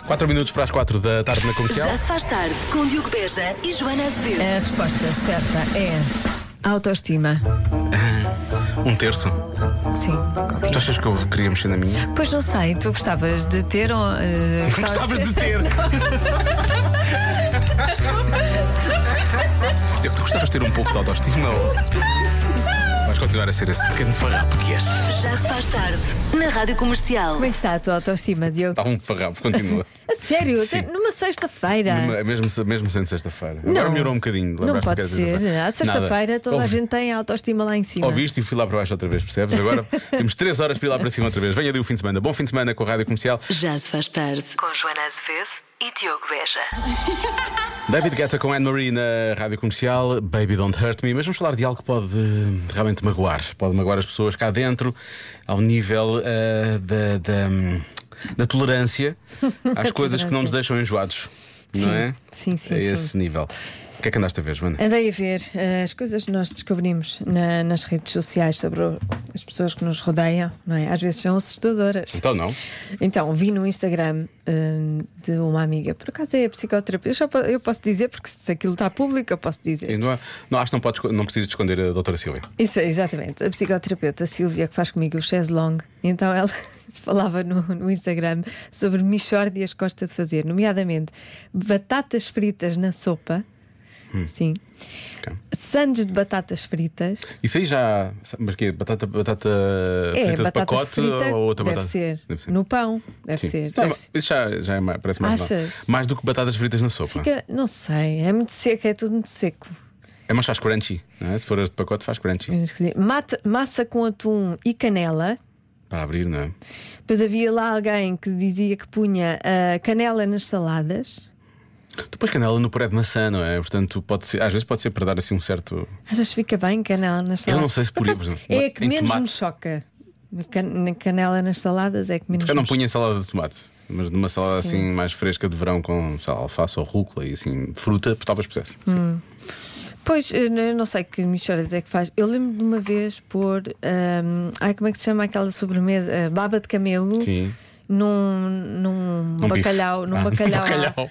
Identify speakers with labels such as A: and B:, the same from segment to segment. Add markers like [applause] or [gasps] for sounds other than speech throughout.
A: 4 minutos para as 4 da tarde na comercial.
B: Já se faz tarde com Diogo Beja e Joana Azevedo.
C: É.
D: A resposta certa é autoestima.
A: Um terço.
D: Sim.
A: Tu achas que eu queria mexer na minha?
D: Pois não sei, tu gostavas de ter ou. eh,
A: Gostavas de ter. Eu que tu gostavas de ter um pouco de autoestima ou. Vais continuar a ser esse pequeno farrapo que és.
B: Já se faz tarde na Rádio Comercial.
D: Como é que está a tua autoestima, Diogo?
A: Está um farrapo, continua.
D: A sério,
A: Sim.
D: numa sexta-feira.
A: Numa- mesmo, se- mesmo sendo sexta-feira. Agora
D: Não.
A: melhorou um bocadinho.
D: Não
A: lembraste-me
D: pode
A: que era
D: ser. À sexta-feira
A: Nada.
D: toda a
A: Ouvi-
D: gente tem a autoestima lá em cima.
A: Ouviste e fui lá para baixo outra vez, percebes? Agora temos 3 horas para ir lá para cima outra vez. Venha ali o fim de semana. Bom fim de semana com a Rádio Comercial.
B: Já se faz tarde com Joana Azevedo e Diogo Beja.
A: [laughs] David Guetta com Anne-Marie na Rádio Comercial, Baby Don't Hurt Me, mas vamos falar de algo que pode eh, realmente magoar. Pode magoar as pessoas cá dentro, ao nível eh, da, da, hum, da tolerância às coisas que não nos deixam enjoados, não
D: Sim.
A: é?
D: Sim, sim,
A: A
D: sim.
A: esse nível. O que é que andaste a ver, Joana?
D: Andei a ver eh, as coisas que nós descobrimos na- nas redes sociais sobre o- as pessoas que nos rodeiam, não é? Às vezes são assustadoras.
A: Então não.
D: Então, vi no Instagram hum, de uma amiga, por acaso é psicoterapeuta, eu, só po- eu posso dizer, porque se aquilo está público, eu posso dizer.
A: É, Não, há- não acho que não, podes, esco- não precisas de esconder a doutora Silvia.
D: Isso, exatamente. A psicoterapeuta Silvia, que faz comigo o chaise longue, então ela [laughs] falava no, no Instagram sobre mixórdias que gosta de fazer, nomeadamente batatas fritas na sopa,
A: Hum.
D: sim,
A: Ok.
D: sandes de batatas fritas.
A: Isso aí já. Mas quê? Batata, batata frita de pacote ou outra
D: É, deve
A: batata?
D: Ser. No pão, deve
A: Sim.
D: ser.
A: Não,
D: deve ser.
A: Isso já, já é mais- parece mais mal.
D: Achas?
A: Mais do que batatas fritas na sopa.
D: Fica- não sei, é muito seco, é tudo muito seco.
A: É, mas faz crunchy, não é? Se for este pacote, faz crunchy.
D: Mas, quer dizer, mate- massa com atum e canela.
A: Para abrir, não é?
D: Depois havia lá alguém que dizia que punha ah, canela nas saladas.
A: Tu pões canela no puré de maçã, não é? Portanto, pode ser, às vezes pode ser para dar assim um certo.
D: Achas que fica bem canela nas
A: Eu
D: saladas?
A: não sei se por
D: Por acaso,
A: exemplo,
D: É a que
A: em
D: menos
A: tomate.
D: me choca. Can- Canela nas saladas é a que menos.
A: Eu não
D: me
A: ponho em salada de tomate, mas numa salada
D: Sim.
A: assim mais fresca de verão com sei lá, alface ou rúcula e assim, fruta, talvez pudesse.
D: Hum. Pois, eu não- eu não sei que misturas é que faz. Eu lembro de uma vez pôr. ahm, ai, como é que se chama aquela sobremesa? Ah, baba de camelo.
A: Sim.
D: Num, num
A: Um bife.
D: bacalhau. Num
A: Ah, [laughs]
D: bacalhau. à-
A: bacalhau.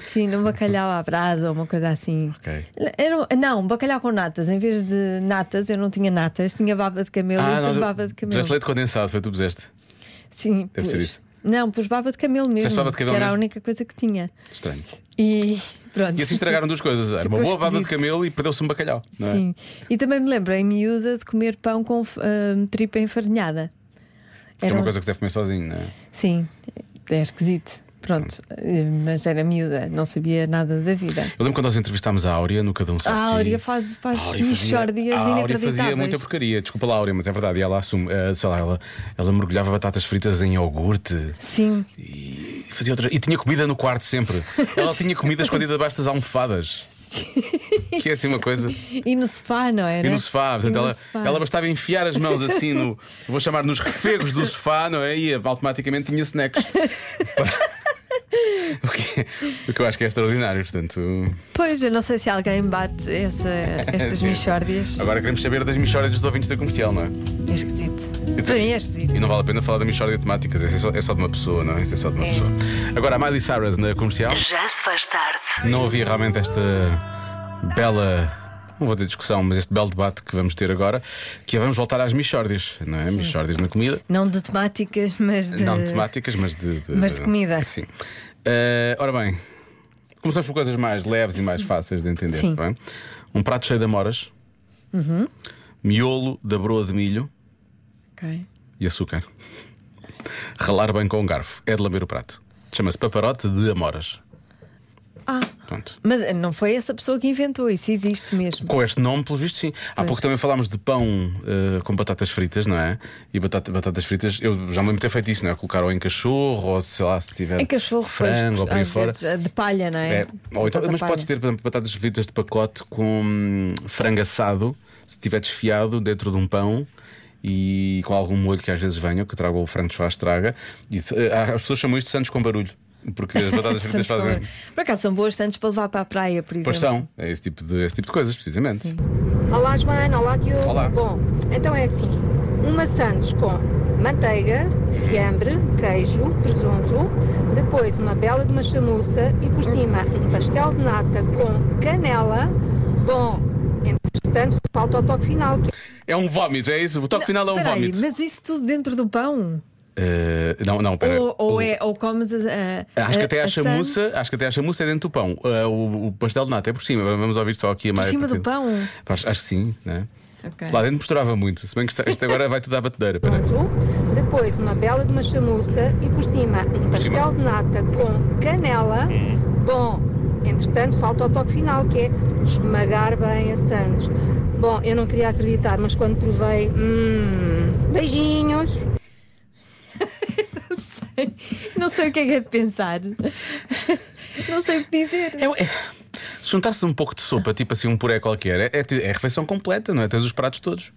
D: Sim, num bacalhau à brasa ou uma coisa assim.
A: Ok.
D: Era, não, bacalhau com natas. Em vez de natas, eu não tinha natas, tinha baba de camelo e pus
A: Ah, nós-
D: baba de camelo.
A: puseste leite condensado, foi tu puseste.
D: Sim,
A: Deve ser
D: pus.
A: isso.
D: Não, pus baba de camelo mesmo.
A: baba de camelo
D: que era a
A: mesmo?
D: única coisa que tinha.
A: Estranho.
D: E [laughs] pronto.
A: E assim
D: [laughs]
A: estragaram duas coisas. Era uma
D: Ficou
A: boa baba de
D: esquisito.
A: camelo e perdeu-se um bacalhau. Não é?
D: Sim. E também me lembro em miúda de comer pão com hum, tripa enfarinhada.
A: Que é
D: um-
A: uma coisa que deve comer sozinho, não é?
D: Sim, é esquisito. Pronto, hum, mas era miúda, não sabia nada da vida.
A: Eu lembro quando nós entrevistámos a Áurea no Cada Um Sabe
D: A
A: de Si.
D: Ah, Áurea faz, faz
A: A Áurea fazia-
D: mixórdias
A: a Áurea
D: inacreditáveis.
A: fazia muita porcaria, desculpa lá, Áurea, mas é verdade. E ela assume, eh, sei lá, ela, ela mergulhava batatas fritas em iogurte
D: Sim,
A: e fazia outras. E tinha comida no quarto
D: [laughs]
A: sempre. Ela tinha comida escondida debaixo das almofadas. Que é assim uma coisa.
D: e no sofá, não era?
A: E no sofá, portanto,
D: Né? E no
A: ela,
D: sofá.
A: ela é bastava enfiar as mãos assim no, vou chamar nos refegos do sofá, não é? E automaticamente tinha snacks. [laughs] o, que, o que eu acho que é extraordinário, portanto.
D: Pois, eu não sei se alguém
A: [laughs]
D: bate essa- estas
A: Sim.
D: mixórdias.
A: Agora queremos saber das mixórdias dos ouvintes da comercial, não é?
D: É esquisito. Para mim é esquisito.
A: Então, E não vale a pena falar da Michórdia de Temáticas, esse é só, é só de uma pessoa, não é? Esse é só de uma pessoa. Agora, a Miley Cyrus na comercial,
B: Já se faz tarde.
A: não havia realmente esta bela. Não vou dizer discussão, mas este belo debate que vamos ter agora, que é vamos voltar às Michórdias, não é? Michórdias na comida.
D: Não de temáticas, mas de.
A: Não de temáticas, mas de.
D: Mas de comida.
A: Sim. Eh, ora bem, começamos por coisas mais leves e mais fáceis de entender.
D: Sim. Uhum.
A: tá bem? Um prato cheio de amoras, miolo da broa de milho
D: Ok.
A: e açúcar. Ralar bem com um garfo é de lamber o prato. Chama-se paparote de amoras.
D: Ah.
A: Pronto.
D: Mas não foi essa pessoa que inventou isso, existe mesmo.
A: Com este nome, pelo visto, sim. Há pouco também falámos de pão eh, com batatas fritas, não é? E batata- batatas fritas, eu já me lembro de ter feito isso, não é? Colocar ou em cachorro, ou sei lá, se tiver.
D: Em cachorro,
A: frango,
D: pois,
A: ou por aí
D: às
A: fora.
D: vezes, de palha, não é?
A: É, ou então-
D: Batata
A: mas
D: palha.
A: podes ter, por exemplo, batatas fritas de pacote com hum, frango assado, se tiver desfiado dentro de um pão. E com algum molho que às vezes venha, que traga o frango de churrasco traga. E, eh, as pessoas chamam isto de santos com barulho, porque
D: [laughs]
A: as batatas fritas
D: Santos com
A: fazem.
D: barulho. Por acaso são boas santos para levar para a praia, por exemplo.
A: Pois são, é esse tipo de, esse tipo de coisas, precisamente.
D: Sim.
E: Olá, Joana. Olá, Diogo.
A: Olá.
E: Bom, então é assim: uma Santos Um com manteiga, fiambre, queijo, presunto, depois uma bela de uma chamuça e por cima um pastel de nata com canela. Bom, entretanto, falta o toque final. que
A: É um vómito, é isso? O toque final é um
D: Peraí,
A: vómito.
D: mas isso tudo dentro do pão?
A: Eh, não, não, pera.
D: Ou, ou
A: O-
D: é, ou comes a, a-
A: Acho que até
D: a,
A: a,
D: a san-
A: chamuça, acho que até a chamuça é dentro do pão. Eh, o, o pastel de nata é por cima. Vamos ouvir só aqui a mais.
D: cima do pão?
A: Acho, acho que sim, né?
D: Ok.
A: Lá dentro misturava muito. Se bem que isto, isto agora vai tudo à batedeira. Peraí.
E: Presunto, depois uma bela de uma chamuça e por cima um pastel de nata com canela. Bom, entretanto, falta o toque final que é esmagar bem a Santos. Bom, eu não queria acreditar, mas quando provei, hum, beijinhos.
D: [laughs] Não sei o que é que é de pensar. [laughs] Não sei o que dizer.
A: É- é- se juntasses um pouco de sopa, tipo assim um puré qualquer, é, é, é a refeição completa, não é? Tens os pratos todos.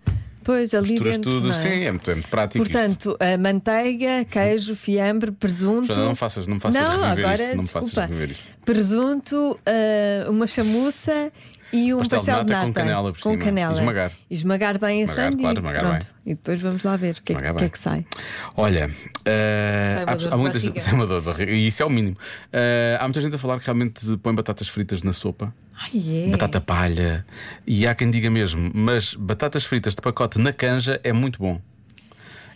D: Pois, ali
A: Misturas
D: dentro.
A: tudo,
D: não é?
A: sim, é muito, é muito prático. isto.
D: Portanto, a manteiga, queijo, fiambre, presunto.
A: Joana, não faças- não me faças
D: Não,
A: reviver
D: agora,
A: isto, não me faças
D: desculpa.
A: reviver isto.
D: Presunto, ah, uma chamuça e um
A: Pastel
D: pastel,
A: de
D: de
A: nata com canela por
D: com
A: cima.
D: canela.
A: Esmagar.
D: Esmagar bem a
A: Esmagar,
D: sandy.
A: claro, esmagar
D: Pronto. E depois vamos lá ver o que, é-
A: Esmagar
D: o que é
A: bem.
D: que sai.
A: Olha, eh,
D: Sai
A: há, há
D: uma dor de
A: muita
D: barriga.
A: gente. [laughs] sai uma dor de barriga, E isso é o mínimo. Eh, há muita gente a falar que realmente põe batatas fritas na sopa.
D: Ai, é.
A: Batata palha. E há quem diga mesmo, mas batatas fritas de pacote na canja é muito bom.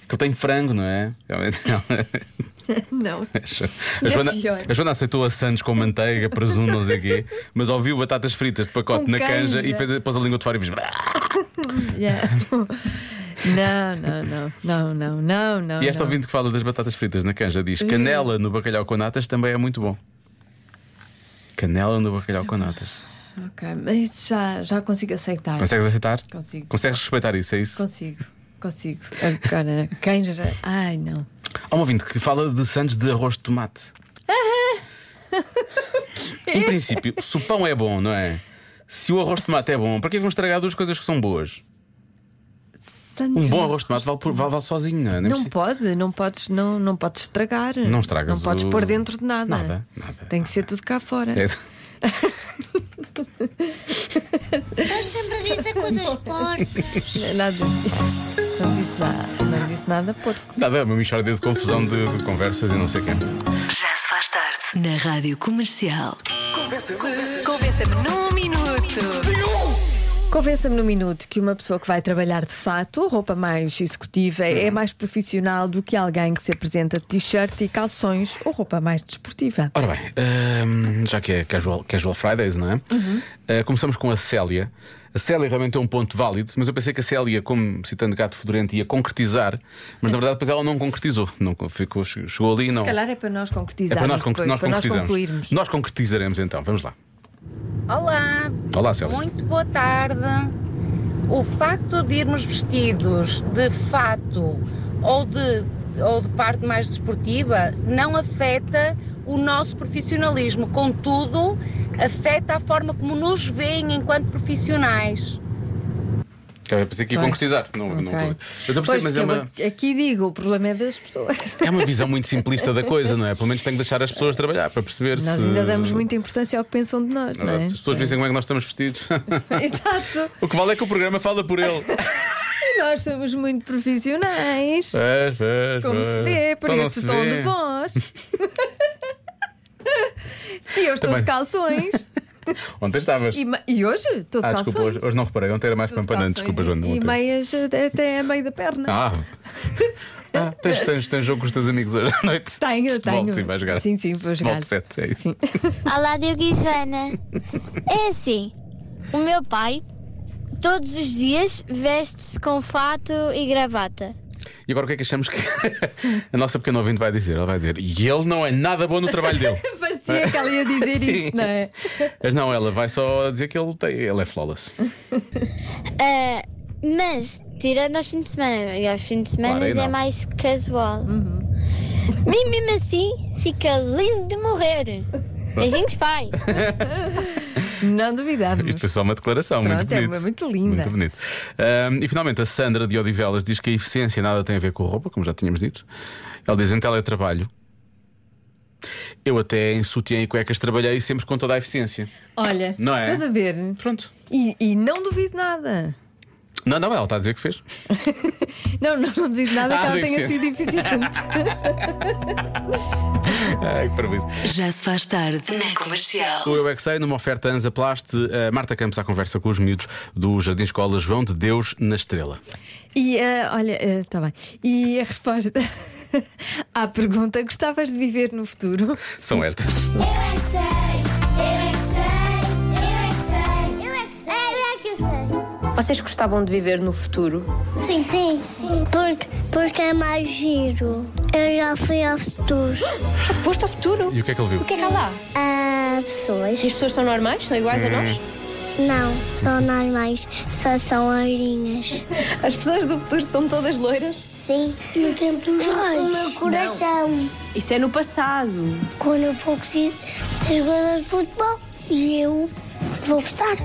A: Aquilo tem frango, não
D: [laughs]
A: é? Realmente, não.
D: [laughs]
A: [laughs] A
D: Não. [laughs] Ainda
A: É Joana,
D: pior. [laughs]
A: a Joana aceitou a Santos com manteiga, presunto, não sei o quê, mas ouviu batatas fritas de pacote
D: Com
A: na canja,
D: canja.
A: e fez, pôs a língua de fora e fez.
D: Yeah. [laughs] Não, não, não, não, não, não, não.
A: e esta
D: não.
A: ouvinte que fala das batatas fritas na canja diz: canela no bacalhau com natas também é muito bom. Canela no bacalhau com natas.
D: Ok, mas isso já, já consigo aceitar.
A: Consegues aceitar?
D: Consigo.
A: Consegues respeitar isso, é isso?
D: Consigo, consigo. Agora, quem já. Ai, não.
A: Há um ouvinte que fala de Santos de arroz de tomate. em princípio, se o pão é bom, não é? Se o arroz de tomate é bom, para que é que vão estragar duas coisas que são boas?
D: Santos.
A: Um bom arroz de tomate vale, por- vale- vale sozinho, não é? Nem
D: Não
A: precisa-
D: pode, não podes, não, não podes estragar.
A: Não estragas
D: Não podes
A: o-
D: pôr dentro de nada.
A: Nada, nada,
D: Tem que ser tudo cá fora.
A: É.
F: Estás sempre a dizer
A: [laughs]
F: coisas porcas.
D: é Nada. Não disse nada. Não disse nada porco.
A: Nada, é uma mixórdia de confusão de, de conversas e não sei quem.
B: Já se faz tarde. Na rádio comercial. Convença-me num minuto.
D: Convença-me num minuto que uma pessoa que vai trabalhar de fato, roupa mais executiva,
A: Hum.
D: é mais profissional do que alguém que se apresenta de t-shirt e calções ou roupa mais desportiva.
A: Ora bem, hum, já que é casual, casual Fridays, não é?
D: Uhum.
A: Uh, começamos com a Célia. A Célia realmente é um ponto válido, mas eu pensei que a Célia, como citando gato fedorento, ia concretizar, mas na verdade depois ela não concretizou. Não ficou, chegou ali e não.
D: Se calhar é para nós
A: é
D: concretizarmos.
A: para nós, concre-
D: depois,
A: nós
D: para nós
A: concretizarmos.
D: concluirmos.
A: Nós concretizaremos então, vamos lá.
C: Olá,
A: Olá, Célia.
C: muito boa tarde. O facto de irmos vestidos de fato ou de, ou de parte mais desportiva não afeta o nosso profissionalismo, contudo, afeta a forma como nos veem enquanto profissionais.
A: Eu pensei que ia
D: Pois.
A: concretizar. Não, não-
D: Ok.
A: Mas eu percebo, mas
D: Pois, porque
A: é
D: eu
A: uma.
D: aqui- Aqui digo, o problema é das pessoas.
A: É uma visão muito simplista da coisa, não é? Pelo menos tenho que deixar as
D: [laughs]
A: pessoas trabalhar para perceber
D: Nós
A: se.
D: ainda damos muita importância ao que pensam de nós, não é?
A: As pessoas dizem como é que nós estamos vestidos.
D: [laughs]
A: [laughs]
D: Exato.
A: o que vale é que o programa fala por ele.
D: E nós somos muito profissionais.
A: Pois, pois,
D: Como
A: pois.
D: se vê por
A: É, Então não
D: este
A: se
D: tom
A: vê. [laughs]
D: de voz. e eu estou
A: Também.
D: de calções.
A: Ontem estavas.
D: E, ma- e hoje estou de
A: Ah,
D: calções.
A: desculpa, hoje, hoje não reparei. Ontem era mais
D: Estou de
A: pampanante.
D: calções
A: Desculpa, Joana.
D: E, e
A: ontem.
D: meias até, até a meio da perna.
A: Ah. Ah, tens, tens, tens jogo com os teus amigos hoje à noite?
D: Tenho,
A: Futebol,
D: tenho.
A: Sim, vais jogar.
D: Sim, sim, vou
A: Futebol
D: jogar.
A: de sete, é isso.
D: Sim.
F: Olá, Diogo e Joana. É assim, o meu pai todos os dias veste-se com fato e gravata.
A: E agora o que é que achamos que [laughs] a nossa pequena ouvinte vai dizer? Ela vai dizer, e ele não é nada bom no trabalho
D: [laughs]
A: dele.
D: [laughs] Parecia que ela ia dizer
A: [laughs] Sim.
D: isso, não é?
A: Mas não, ela vai só dizer que ele, tem, ele é flawless.
F: Ah, mas, tirando aos fins de semana, e aos fins de semana
A: Claro, aí
F: é
A: não. Uhum.
F: mais casual. E mesmo assim, fica lindo
A: [laughs]
F: de morrer. Beijinhos, pai.
D: Não duvidávamos.
A: Isto foi só uma declaração,
D: Pronto,
A: muito
D: é
A: bonito.
D: uma muito linda.
A: Muito bonito. Ahm, e finalmente a Sandra de Odivelas diz que a eficiência nada tem a ver com roupa, como já tínhamos dito. Ela diz em teletrabalho. Eu até em sutiã e cuecas trabalhei sempre com toda a eficiência.
D: Olha,
A: Não é?
D: estás a ver?
A: Pronto.
D: E, e não duvido nada.
A: Não, não, ela está a dizer que fez.
D: Não, não, não me diz nada
A: Ah,
D: que ela
A: deve ser.
D: tenha
A: [laughs]
D: sido eficiente.
A: Ai, que parabéns.
B: Já se faz tarde na comercial.
A: O Eu é que sei, numa oferta Anza Plaste, a Marta Campos à conversa com os miúdos do Jardim Escola João de Deus na Estrela.
D: E ah, olha, está bem. E a resposta [laughs] à pergunta: gostavas de viver no futuro?
A: São estas.
G: Eu é que sei, eu é que sei, eu é que sei, eu é que sei, eu é que sei,
H: Vocês gostavam de viver no futuro?
G: Sim, sim, sim. Porque, porque é mais giro. Eu já fui ao futuro. [gasps]
H: Foste ao futuro?
A: E o que é que ele viu?
H: O que é que há lá?
G: Ah,
H: E
G: pessoas? Hum.
H: as pessoas são normais? São iguais a nós?
G: Não, são normais. Só são loirinhas.
H: As pessoas do futuro são todas loiras?
G: Sim. No tempo dos reis. No meu coração.
H: Isso é no passado.
G: Quando eu for crescer, ser jogador de futebol. E eu vou gostar.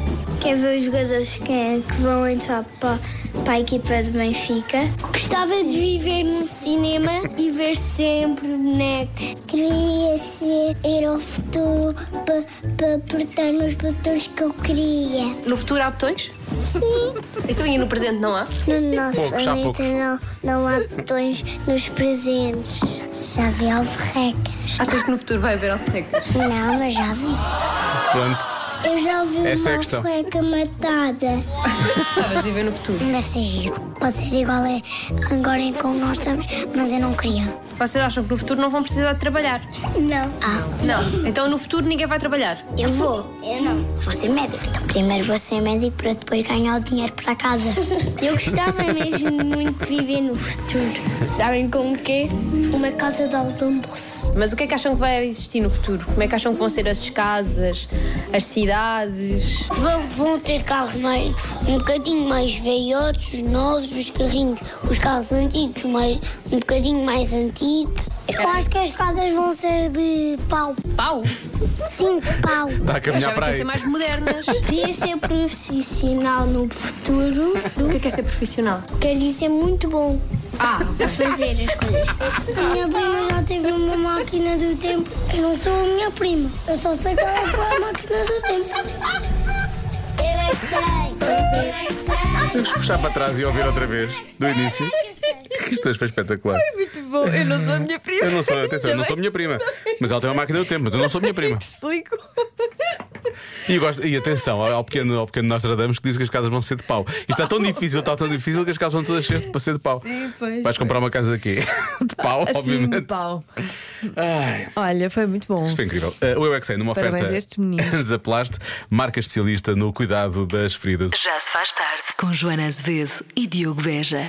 G: Quer ver os jogadores que, é que vão entrar para, para a equipa de Benfica? Gostava de viver num cinema e ver sempre bonecos. Queria ser, ir ao futuro para, para apertar nos botões que eu queria.
H: No futuro há botões?
G: Sim.
H: [laughs] Então e no presente não há?
G: No nosso
A: Pouco, já
G: planeta
A: pouco.
G: não, não há botões nos presentes. Já vi alverrecas.
H: Achas que no futuro vai haver alpecas?
G: Não, mas já vi.
A: Pronto.
G: Eu já ouvi
A: Essa é a
G: uma
A: questão.
G: alverreca matada.
H: Gostavas de viver no futuro?
G: Deve ser assim, giro. Pode ser igual a agora em como nós estamos, mas eu não queria.
H: Vocês acham que no futuro não vão precisar de trabalhar?
G: Não. Ah,
H: Não. Então no futuro ninguém vai trabalhar?
G: eu vou. Eu não. Vou ser médico. Então primeiro vou ser médico para depois ganhar o dinheiro para [laughs] casa. eu gostava mesmo muito de viver no futuro. Sabem como que Uma casa de algodão doce.
H: Mas o que é que acham que vai existir no futuro? Como é que acham que vão ser as casas, as cidades?
G: Vão, ter carros mais, um bocadinho mais velhotes, os novos, os carrinhos, os carros antigos, mais, um bocadinho mais antigos. Eu acho que as casas vão ser de pau.
H: Pau!
G: Sim, de pau.
A: Está a
H: Eu
A: caminhar
H: achava que
A: para
H: ia
A: aí.
H: ser mais modernas.
G: Queria ser profissional no futuro.
H: o que é que é ser profissional?
G: Queria ser é muito bom
H: Ah,
G: a fazer as coisas. A minha prima já teve uma máquina do tempo. Eu não sou a minha prima. Eu só sei que ela foi a máquina do tempo. Eu é que sei. Eu é que sei.
A: Temos que puxar para trás e ouvir outra vez, do início. Isto hoje foi espetacular.
D: [laughs] Muito bom, eu não sou a minha prima.
A: Eu não sou, atenção, eu não sou
D: Também
A: minha prima. Mas ela tem uma máquina do tempo, mas eu não sou minha prima.
D: é Explico.
A: E, eu gosto- e atenção ao ao pequeno, ao pequeno Nostradamus que diz que as casas vão ser de pau. Isto está tão difícil, está tão difícil que as casas vão todas ser de, para ser de pau.
D: Sim, pois.
A: Vais comprar uma casa aqui. De pau,
D: Assim
A: obviamente.
D: de pau.
A: Ai.
D: Olha, foi muito bom.
A: Isto foi incrível. Uh, o Eu é que sei, numa
D: Parabéns
A: oferta
D: a estes
A: [laughs]
D: meninos.
A: Zaplast, marca especialista no cuidado das feridas.
B: Já se faz tarde com Joana Azevedo e Diogo Beja.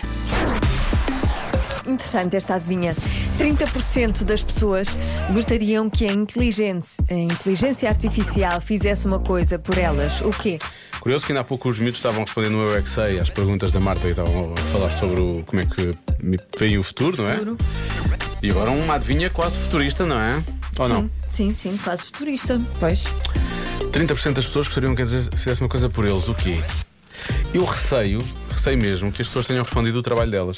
D: Interessante esta adivinha. 30% das pessoas gostariam que a inteligência, a inteligência artificial fizesse uma coisa por elas. O quê?
A: Curioso que ainda há pouco os miúdos estavam respondendo no Eu é que sei às perguntas da Marta e estavam a falar sobre o- como é que me veio o futuro, não é? E agora uma adivinha quase futurista, não é? Ou não?
D: Hum? Sim, sim, quase futurista. Pois.
A: 30% das pessoas gostariam que eu fizesse uma coisa por eles. O quê? Eu receio, receio mesmo, que as pessoas tenham respondido o trabalho delas.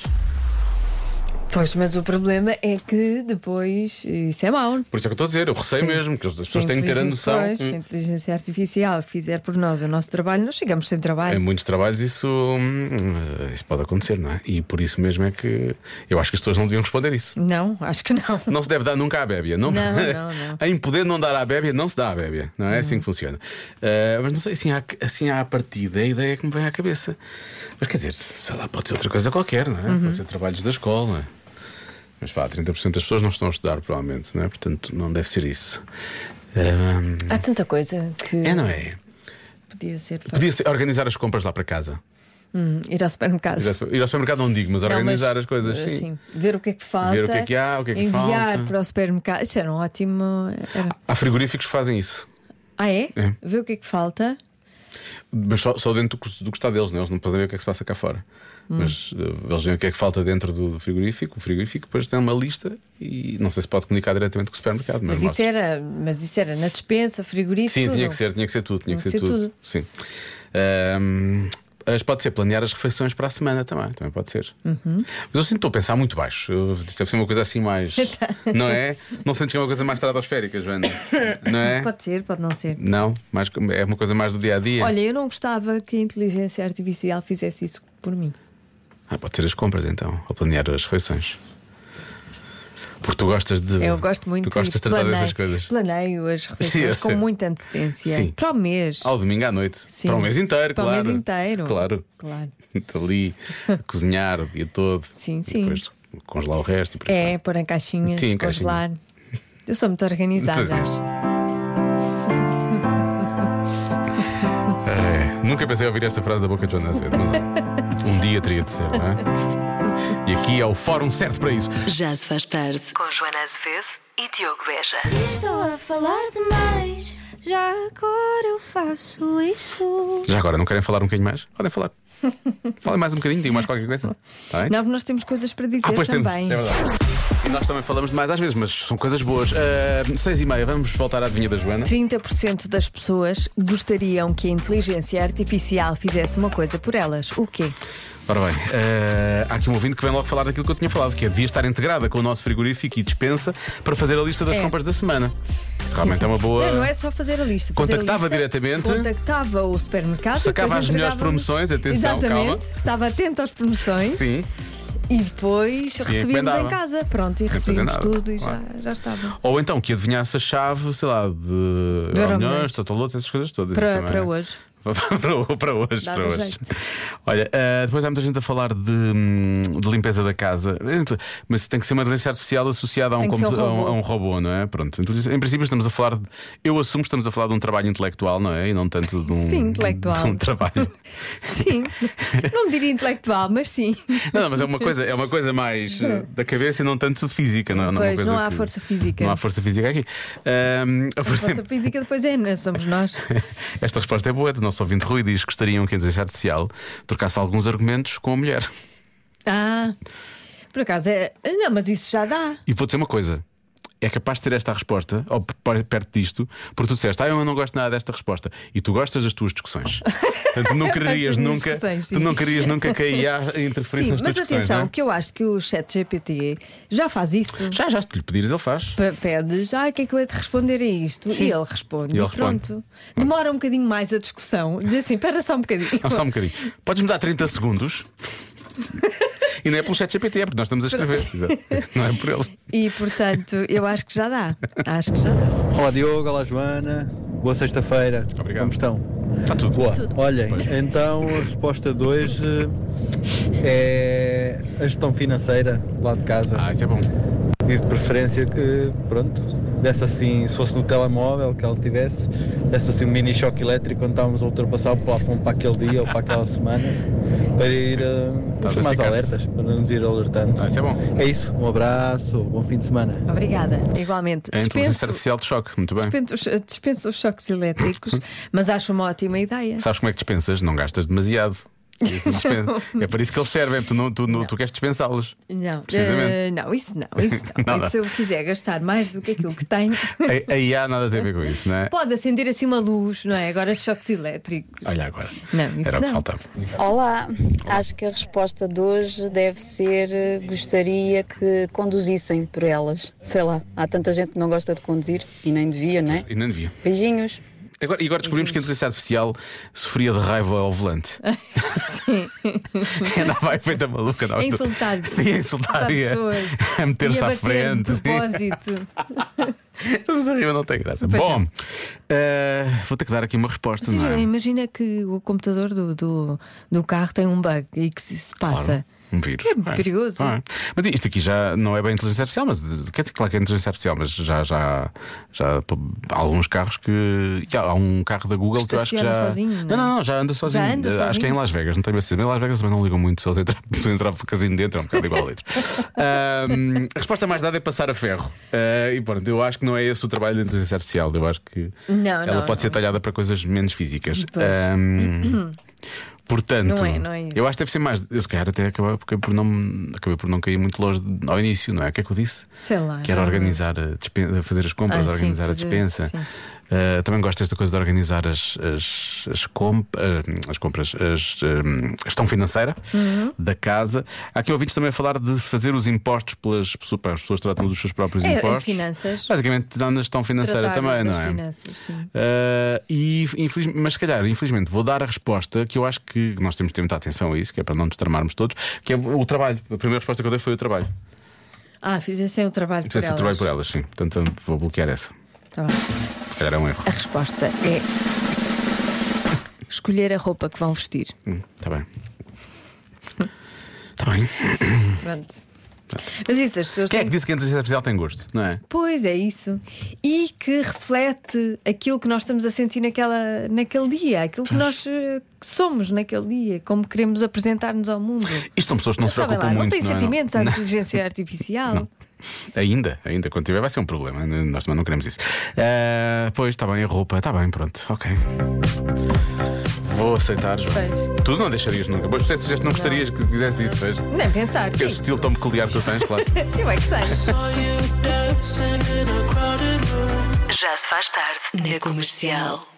D: Pois, mas o problema é que depois isso é mau.
A: Por isso é que eu estou a dizer, eu receio
D: Sim.
A: mesmo, que as
D: Se
A: pessoas têm que ter a
D: inteligência-
A: noção.
D: Pois,
A: Hum.
D: se a inteligência artificial fizer por nós o nosso trabalho, nós chegamos sem
A: Em
D: trabalho.
A: muitos trabalhos isso, hum, isso pode acontecer, não é? E por isso mesmo é que eu acho que as pessoas não deviam responder isso.
D: Não, acho que não.
A: É Não se deve dar nunca à bébia. Não,
D: Não,
A: [laughs]
D: não, não.
A: em poder não dar à bébia, não se dá à bébia. Não é assim que funciona. Ah, mas não sei, assim, à- assim à partida, a ideia que me vem à cabeça. Mas quer dizer, sei lá, pode ser outra coisa qualquer, não é?
D: Uhum.
A: Pode ser trabalhos da escola. Mas vá, 30% das pessoas não estão a estudar, provavelmente, não é? Portanto, não deve ser isso. Ah,
D: Há tanta coisa que
A: é, não é?
D: podia ser feita.
A: Podia ser organizar as compras lá para casa.
D: Hum, Ir ao supermercado.
A: Ir ao super- Ir ao supermercado não digo, mas
D: Não,
A: organizar
D: mas,
A: as coisas, sim.
D: assim, ver o que é que falta.
A: Ver o que é que há, o que é que
D: enviar
A: falta.
D: para o supermercado. Isso era um ótimo. era-
A: Há frigoríficos que fazem isso,
D: Ah, é?
A: É.
D: Ver o que é que falta.
A: mas só, só dentro do que- do que está deles, não? é? eles não podem ver o que é que se passa cá fora. Mas eh, eles veem o que é que falta dentro do frigorífico, o frigorífico depois tem uma lista e não sei se pode comunicar diretamente com o supermercado. Mas,
D: Mas
A: nós-
D: isso era, mas isso era na despensa, frigorífico.
A: Sim,
D: tudo.
A: tinha que ser, tinha que ser tudo, tinha que ser,
D: Tinha que ser
A: tudo.
D: tudo.
A: Sim. Ahm, mas pode ser planear as refeições para a semana também, também pode ser. Mas eu sinto que estou a pensar muito baixo. Eu- Deve ser uma coisa assim mais. não é? Não sentes que é uma coisa mais estratosférica, Joana? Não é?
D: Pode ser, pode não ser.
A: Não, mais, é uma coisa mais do dia a dia.
D: Olha, eu não gostava que a inteligência artificial fizesse isso por mim.
A: Ah, pode ser as compras então, ou planear as refeições. Porque tu gostas de.
D: Eu gosto
A: É.
D: muito
A: Tu gostas de tratar
D: planeio-
A: dessas coisas.
D: Planeio as
A: [laughs] Sim, eu
D: refeições com
A: sei.
D: muita antecedência.
A: Sim.
D: Para o mês.
A: Ao domingo à noite.
D: Sim.
A: Para o mês inteiro,
D: Para o
A: claro.
D: mês inteiro.
A: Claro.
D: Claro.
A: Estou ali a cozinhar o dia todo.
D: Sim,
A: E
D: sim.
A: Depois congelar o resto e por aí
D: É, pôr em caixinhas,
A: Sim, em assim.
D: congelar. Eu sou muito organizada.
A: Sim.
D: [laughs]
A: fora. É, Nunca pensei ouvir esta frase da boca de Joana Azevedo, mas um dia teria de ser, não é? E aqui é o fórum certo para isso.
B: Já se faz tarde com Joana Azevedo e Diogo Beja.
I: Estou a falar demais. Já agora eu faço isso.
A: Já agora, não querem falar um bocadinho mais? Podem
D: [laughs]
A: falar. Falem mais um bocadinho, digam mais qualquer coisa. Está bem?
D: Não, nós temos coisas para dizer
A: Ah, pois temos.
D: também.
A: É verdade. E nós também falamos demais às vezes, mas são coisas boas. Ah, seis e meia, vamos voltar à adivinha da Joana.
D: 30% das pessoas gostariam que a inteligência artificial fizesse uma coisa por elas. O quê?
A: Ora bem, eh, há aqui um ouvinte que vem logo falar daquilo que eu tinha falado, que é devia estar integrada com o nosso frigorífico e dispensa para fazer a lista das
D: É.
A: compras da semana. Isso realmente
D: Sim, sim.
A: é uma boa.
D: Não, não é só fazer a lista. fazer a
A: Contactava
D: lista,
A: diretamente.
D: Contactava o supermercado. e
A: Sacava
D: depois
A: as melhores
D: entregava-nos-
A: promoções, atenção,
D: Exatamente.
A: calma.
D: Estava atento às promoções.
A: Sim.
D: E depois recebíamos
A: encomendava.
D: em casa. Pronto, e recebíamos
A: nada,
D: tudo e
A: claro.
D: já, já estava.
A: Ou então que adivinhasse a chave, sei lá, de
D: Do
A: Euromilhões,
D: Euromilhões.
A: Totolotes, essas coisas todas.
D: Para-
A: isso também.
D: para hoje.
A: [laughs] para ho- para hoje,
D: Dava
A: para hoje.
D: jeito.
A: Olha, eh, depois há muita gente a falar de, hum, de limpeza da casa, Então, mas tem que ser uma inteligência artificial associada a um,
D: Tem que ser um
A: computa- a um-
D: robô.
A: a um robô, não é? Pronto. Então, em princípio, estamos a falar, de, eu assumo, que estamos a falar de um trabalho intelectual, não é? E não tanto de um,
D: Sim, intelectual.
A: de um [laughs] trabalho.
D: Sim. não diria intelectual, mas sim.
A: Não, não, mas é uma coisa, é uma coisa
D: [laughs]
A: mais eh, da cabeça e não tanto física, não, é? não é? uma
D: Pois,
A: coisa
D: não há
A: que-
D: força física.
A: Não há força física aqui. Ahm, por
D: A
A: exemplo,
D: força física depois é, nós somos nós.
A: [laughs] Esta resposta é boa, do nosso ouvinte Rui diz que gostariam que a inteligência artificial trocasse alguns argumentos com a mulher.
D: Ah, por acaso é. Não, mas isso já dá.
A: E vou dizer uma coisa. É capaz de ser esta a resposta, ou p- p- perto disto, porque tu disseste, ah, eu não gosto nada desta resposta. E tu gostas das tuas discussões. Portanto, tu
D: [laughs]
A: não querias
D: das minhas
A: nunca,
D: discussões,
A: tu
D: sim.
A: não querias nunca que a IA interferisse
D: [laughs] Sim,
A: nas tuas
D: mas
A: discussões.
D: atenção,
A: não é?
D: que eu acho que o chat GPT já faz isso.
A: Já, já, se tu lhe pedires, ele faz.
D: P- Pedes, ah, o que é que eu hei de responder a isto? E ele responde,
A: E ele
D: e pronto.
A: responde.
D: Demora um bocadinho mais a discussão. Diz assim, espera só um
A: [laughs]
D: bocadinho.
A: Não, só um bocadinho. Podes-me dar 30 segundos? e não é pelo chat GPT, é porque nós estamos a escrever. Exato. Não é por ele.
D: E portanto, eu acho que já dá. Acho que já dá.
J: Olá Diogo, olá Joana, boa sexta-feira.
A: Obrigado.
J: Como estão?
A: Está tudo.
J: Boa. Olhem, então a resposta 2 é a gestão financeira lá de casa.
A: Ah, isso é bom.
J: E de preferência que, pronto, desse assim, se fosse no telemóvel que ela tivesse, desse assim um mini choque elétrico quando estávamos a ultrapassar o plafond para aquele dia ou para aquela semana, para ir eh,
A: Estás a
J: mais
A: esticar-te.
J: alertas, para nos ir alertando.
A: Ah, isso é bom.
J: É isso, um abraço, bom fim de semana.
D: Obrigada, igualmente.
A: É a inteligência
D: Dispenso,
A: artificial de choque, muito bem.
D: dispenso os- eh, dispenso os choques
A: [laughs]
D: elétricos, mas acho uma ótima ideia.
A: Sabes como é que dispensas? Não gastas demasiado.
D: [laughs]
A: Dispensa. é para isso que eles servem, tu, não, tu, não- tu queres dispensá-los.
D: Não,
A: Precisamente.
D: eh, não, isso não,
A: [laughs]
D: isso não.
A: Nada.
D: E se eu quiser gastar mais do que aquilo
A: [laughs]
D: que tenho,
A: A, a IA nada tem a ver com isso, não é?
D: pode acender assim uma luz, não é? Agora choques elétricos.
A: Olha agora.
D: Não, isso
A: Era o que
D: não.
A: faltava.
C: Olá, acho que a resposta de hoje deve ser eh, gostaria que conduzissem por elas. Sei lá, há tanta gente que não gosta de conduzir e nem devia, né?
A: E não devia.
C: Beijinhos.
A: Agora, e agora descobrimos que a inteligência artificial sofria de raiva ao
D: [laughs]
A: volante. [laughs] Sim. Andava aí feita maluca. [laughs] Andava
D: A insultar.
A: Sim, a insultar.
D: Insultar
A: e a-
D: pessoas.
A: [laughs] A meter-se
D: E a
A: à
D: bater
A: frente. [laughs]
D: De propósito.
A: Estamos arriba, não tem graça.
D: Pois é.
A: Bom, eh, vou ter que dar aqui uma resposta,
D: Vocês
A: não é?
D: Imagina que o computador do, do, do carro tem um bug e que se, se passa.
A: Um vírus.
D: É perigoso.
A: Ah, Mas isto aqui já não é bem inteligência artificial, mas eh, quer dizer, claro que é inteligência artificial, mas já, já, já tô- há alguns carros que. já há um carro da Google que eu acho que já.
D: Estaciona sozinho,
A: não,
D: não é?
A: não, não, já anda sozinho.
D: Já anda
A: Eh, Acho
D: sozinho?
A: que é em Las Vegas, não tenho bem certeza. Mas Em Las Vegas também não ligam muito, só de entrar, de entrar pelo casino dentro, é um bocado igual
D: [laughs]
A: a litro. a resposta mais dada é passar a ferro. Ah, e pronto, eu acho que não é esse o trabalho da inteligência artificial. Eu acho que
D: Não,
A: ela
D: não,
A: pode ser
D: não.
A: talhada para coisas menos físicas.
D: Pois. [clears throat]
A: Ahm, Portanto,
D: Não é- não é isso.
A: eu acho que deve ser mais. Eu se calhar até acabei por, por não, acabei por não cair muito longe de- ao início, não é? O que é que eu disse?
D: Sei lá.
A: Que era
D: já-
A: organizar, a despen- fazer as compras,
D: Ah, sim,
A: organizar
D: fazer-
A: a despensa.
D: sim.
A: Ah, também gosto desta coisa de organizar as, as, as, comp- ah, as compras, as, ah, a gestão financeira
D: Uhum.
A: da casa. Há aqui ouvintes também a falar de fazer os impostos pelas pessoas, pá, as pessoas tratam dos seus próprios
D: É, em
A: impostos.
D: finanças.
A: Basicamente, dá na gestão financeira
D: Tratar
A: também,
D: das
A: não é?
D: finanças, sim.
A: Eh, Uh, e infeliz- mas se calhar, infelizmente, vou dar a resposta que eu acho que que nós temos de ter muita atenção a isso, que é para não nos tramarmos todos, que é o trabalho. A primeira resposta que eu dei foi o trabalho.
D: Ah, fizessem o trabalho por
A: Fizesse o
D: elas.
A: trabalho por elas, sim. Portanto, vou bloquear essa.
D: Tá bem.
A: Se calhar é um erro.
D: A resposta é escolher a roupa que vão vestir.
A: Hum, Está bem. Está bem.
D: Pronto. Mas isso, as pessoas
A: Quem é
D: têm
A: que disse que a inteligência artificial tem gosto? Não é?
D: Pois é isso. E que reflete aquilo que nós estamos a sentir naquela, naquele dia, aquilo que nós eh, somos naquele dia, como queremos apresentar-nos ao mundo.
A: Isto são pessoas que não se
D: Sabem
A: preocupam
D: lá,
A: muito.
D: não tem
A: é?
D: sentimentos à
A: Não. [laughs]
D: inteligência artificial.
A: Ainda, ainda, quando tiver vai ser um problema. Nós também não queremos isso. Eh, pois, está bem, a roupa, está bem, pronto, ok. Vou aceitar, João. Tu não deixarias nunca. Pois, se não gostarias que fizesse isso, pois.
D: Nem pensar.
A: Aquele estilo tão peculiar que tu tens, claro.
D: Eu é que sei.
B: Já se faz tarde na comercial.